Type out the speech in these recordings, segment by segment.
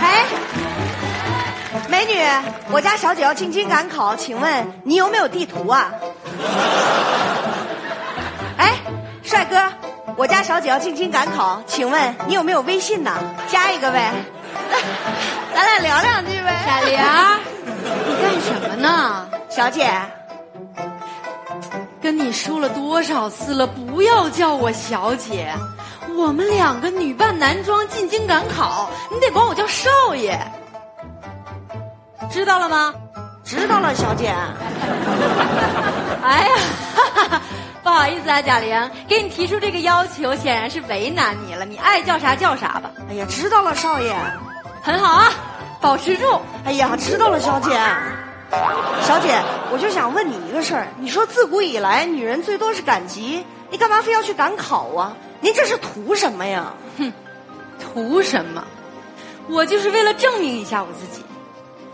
哎，美女，我家小姐要进京赶考，请问你有没有地图 啊？哎，帅哥，我家小姐要进京赶考，请问你有没有微信呢？加一个呗， 咱俩聊两句呗。小玲儿，你干什么呢？小姐，跟你说了多少次了，不要叫我小姐。我们两个女扮男装进京赶考，你得管我叫少爷，知道了吗？知道了，小姐。哎呀， 哈哈不好意思啊，贾玲，给你提出这个要求，显然是为难你了。你爱叫啥叫啥吧，哎呀，知道了，少爷。很好啊，保持住。哎呀，知道了，小姐。小姐，我就想问你一个事儿。你说自古以来，女人最多是赶集，你干嘛非要去赶考啊？您这是图什么呀？图什么？我就是为了证明一下我自己。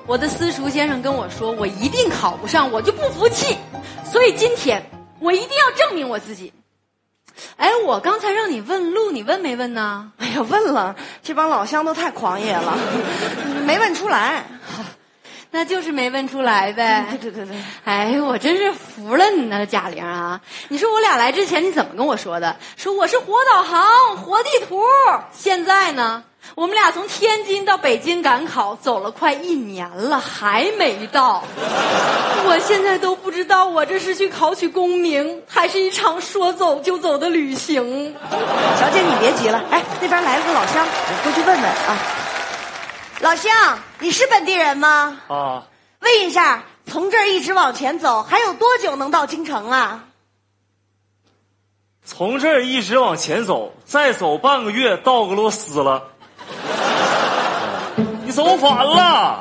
我的私塾先生跟我说，我一定考不上，我就不服气。所以今天我一定要证明我自己。哎，我刚才让你问路，你问没问呢？哎呀，问了，这帮老乡都太狂野了，没问出来。那就是没问出来呗。嗯对对对对， 哎，我真是服了你了，贾玲啊！你说我俩来之前你怎么跟我说的？说我是活导航、活地图。现在呢，我们俩从天津到北京赶考，走了快一年了，还没到。我现在都不知道我这是去考取功名，还是一场说走就走的旅行。小姐你别急了，哎，那边来了个老乡，我过去问问啊。老乡，你是本地人吗？啊，问一下，从这儿一直往前走，还有多久能到京城啊？从这儿一直往前走，再走半个月，道格罗斯了。你走反了，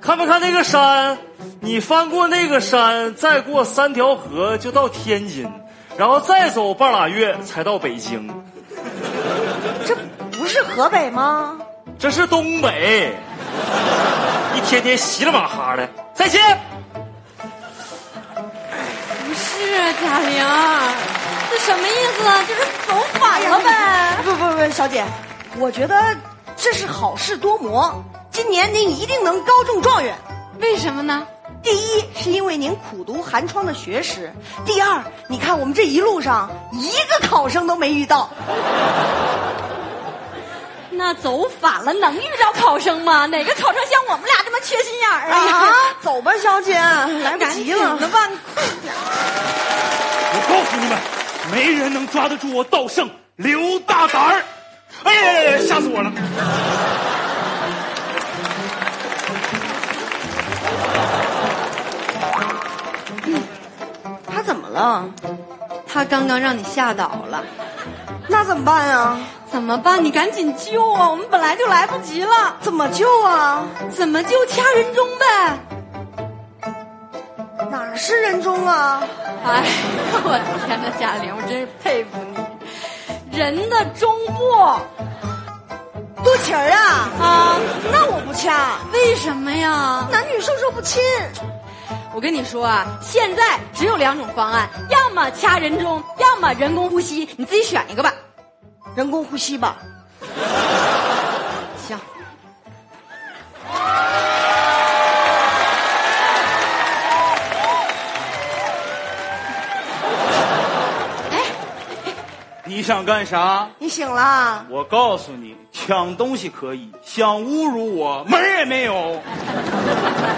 看没看那个山？你翻过那个山，再过三条河就到天津，然后再走半拉月才到北京。这不是河北吗？这是东北，一天天稀里马哈的。再见。不是啊，贾玲，这什么意思啊？就是走反了呗。不不不，小姐，我觉得这是好事多磨，今年您一定能高中状元。为什么呢？第一是因为您苦读寒窗的学识，第二，你看我们这一路上一个考生都没遇到。那走反了，能遇着考生吗？哪个考生像我们俩这么缺心眼儿哎呀啊？，走吧，小姐，来不及了。赶紧的吧，你快点！我告诉你们，没人能抓得住我道圣刘大胆儿。哎呀呀呀！吓死我了！他怎么了？ 他刚刚让你吓倒了，那怎么办啊？怎么办？你赶紧救啊！我们本来就来不及了，怎么救啊？怎么救？掐人中呗！哪儿是人中啊？哎，我的天呐，贾玲，我真是佩服你，人的中部肚脐儿啊？啊，那我不掐，为什么呀？男女授受不亲。我跟你说啊，现在只有两种方案，要么掐人中，要么人工呼吸，你自己选一个吧。人工呼吸吧。行。你想干啥？你醒了？我告诉你，抢东西可以，想侮辱我门儿也没 有。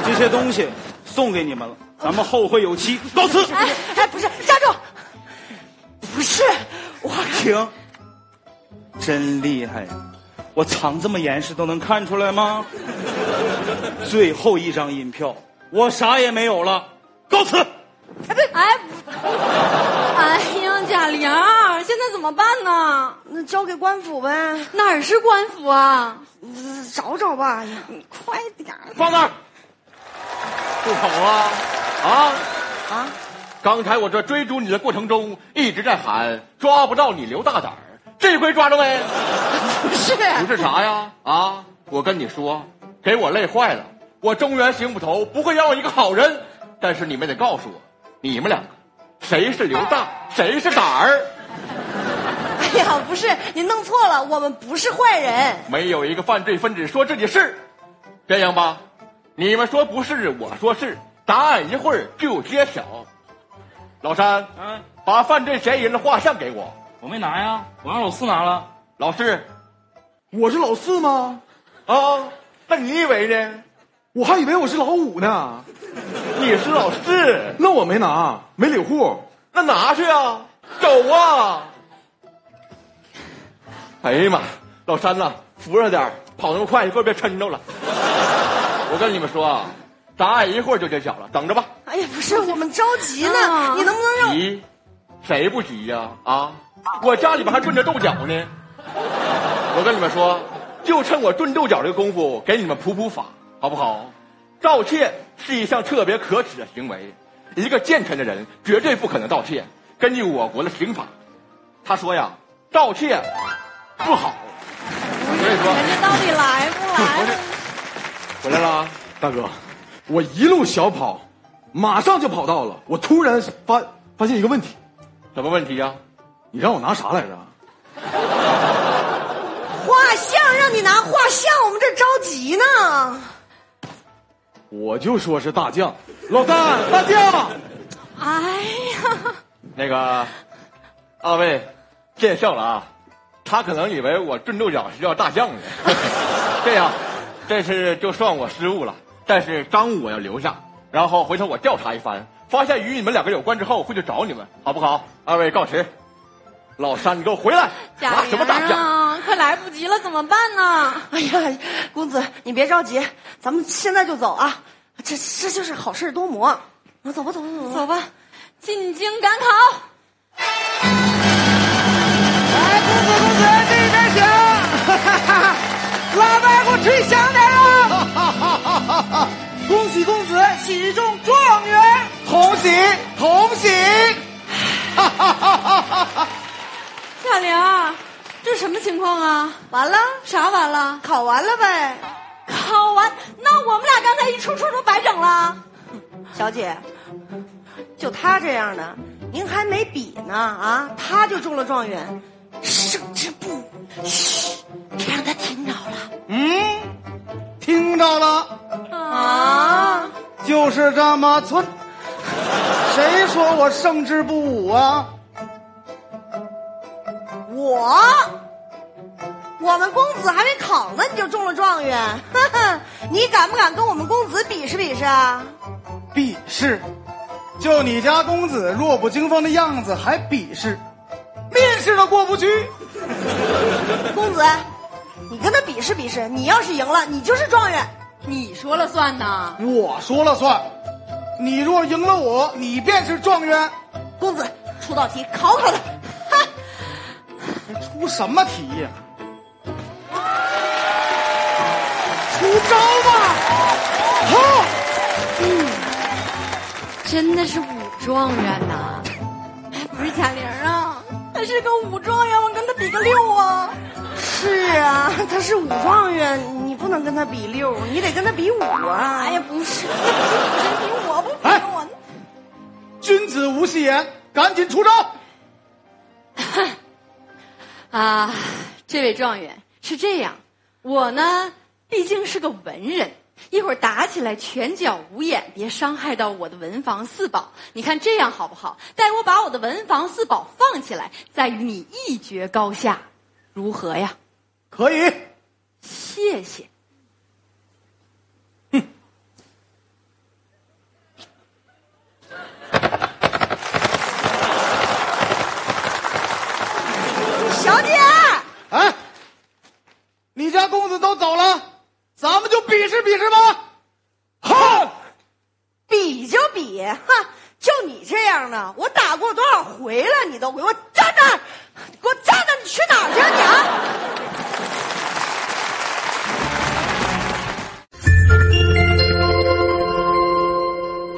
这些东西送给你们了，咱们后会有 期。告辞。哎哎，不是，家住！不是，我停，真厉害呀！我藏这么严实都能看出来 吗？最后一张银票，我啥也没有了。告辞。 哎，哎呀，贾玲儿，现在怎么办呢？那交给官府呗，哪儿是官府啊？找找吧。哎呀，你快点儿放那儿，不跑啊！啊！啊！刚才我这追逐你的过程中，一直在喊抓不着你刘大胆儿，这回抓着没？不是，哎不是啥呀？啊！我跟你说，给我累坏了。我中原邢捕头不会要一个好人，但是你们得告诉我，你们两个谁是刘大，谁是胆儿？哎呀，不是，您弄错了，我们不是坏人。没有一个犯罪分子说自己是。这样吧，你们说不是，我说是，答案一会儿就揭晓。老三，啊，把犯罪嫌疑人的画像给我。我没拿呀，我让老四拿了。老四，我是老四吗？啊，那你以为呢？我还以为我是老五呢。你是老四，那我没拿，没领户。那拿去啊，走啊！哎呀妈，老三呐、扶着点儿跑那么快，会被抻着了。我跟你们说啊，答案一会儿就揭晓了，等着吧。哎呀，不是，我们着急呢啊，你能不能让急？谁不急呀、啊？我家里边还炖着豆角呢。我跟你们说，就趁我炖豆角这个功夫，给你们普普法，好不好？盗窃是一项特别可耻的行为，一个健全的人绝对不可能盗窃。根据我国的刑法，他说呀，盗窃不好。所以人说，家到底来不来？回来了啊，大哥，我一路小跑，马上就跑到了。我突然发发现一个问题，什么问题呀、你让我拿啥来着？画像？让你拿画像，我们这着急呢。我就说是大酱，老三，大酱，哎呀，那个，二位见笑了啊，他可能以为我炖豆角是要大酱的， 这样，这次就算我失误了。但是赃物我要留下，然后回头我调查一番，发现与你们两个有关之后，会去找你们，好不好？二位告辞。老三，你给我回来！贾拿什么大玲酱？啊，快来不及了，怎么办呢？哎呀，公子，你别着急，咱们现在就走啊！这这就是好事多磨。啊，走吧，走吧，走吧，走吧，进京赶考。来，公子公子，这边请，老外给我吹响点啊！恭喜公子喜中状元，同喜同喜！贾玲儿，这什么情况啊？完了，啥完了？考完了呗。考完，那我们俩刚才一出出都白整了。小姐，就他这样的，您还没比呢啊，他就中了状元，胜之不武。嘘，别让他听着了。嗯，听着了，啊，就是这么寸。谁说我胜之不武啊？我，我们公子还没考呢，你就中了状元， 哼哼，你敢不敢跟我们公子比试比试啊？鄙视，就你家公子弱不禁风的样子还鄙视，面试都过不去。公子，你跟他比试比试，你要是赢了，你就是状元。你说了算呐！我说了算，你若赢了我，你便是状元。公子，出道题考考他。哈，出什么题呀、出招吧！好，真的是武状元呐！哎，不是贾玲儿啊，他是个武状元，我跟他比个六啊！是啊，他是武状元，你不能跟他比六，你得跟他比五啊。哎呀，不是，那不是你比我不比我呢。君子无戏言，赶紧出招！啊，这位状元是这样，我呢毕竟是个文人，一会儿打起来拳脚无眼，别伤害到我的文房四宝。你看这样好不好？待我把我的文房四宝放起来，再与你一决高下，如何呀？可以，谢谢。小姐，哎，你家公子都走了，咱们就比试比试吧。好。比就比，哈，就你这样的，我打过多少回了，你都给我啊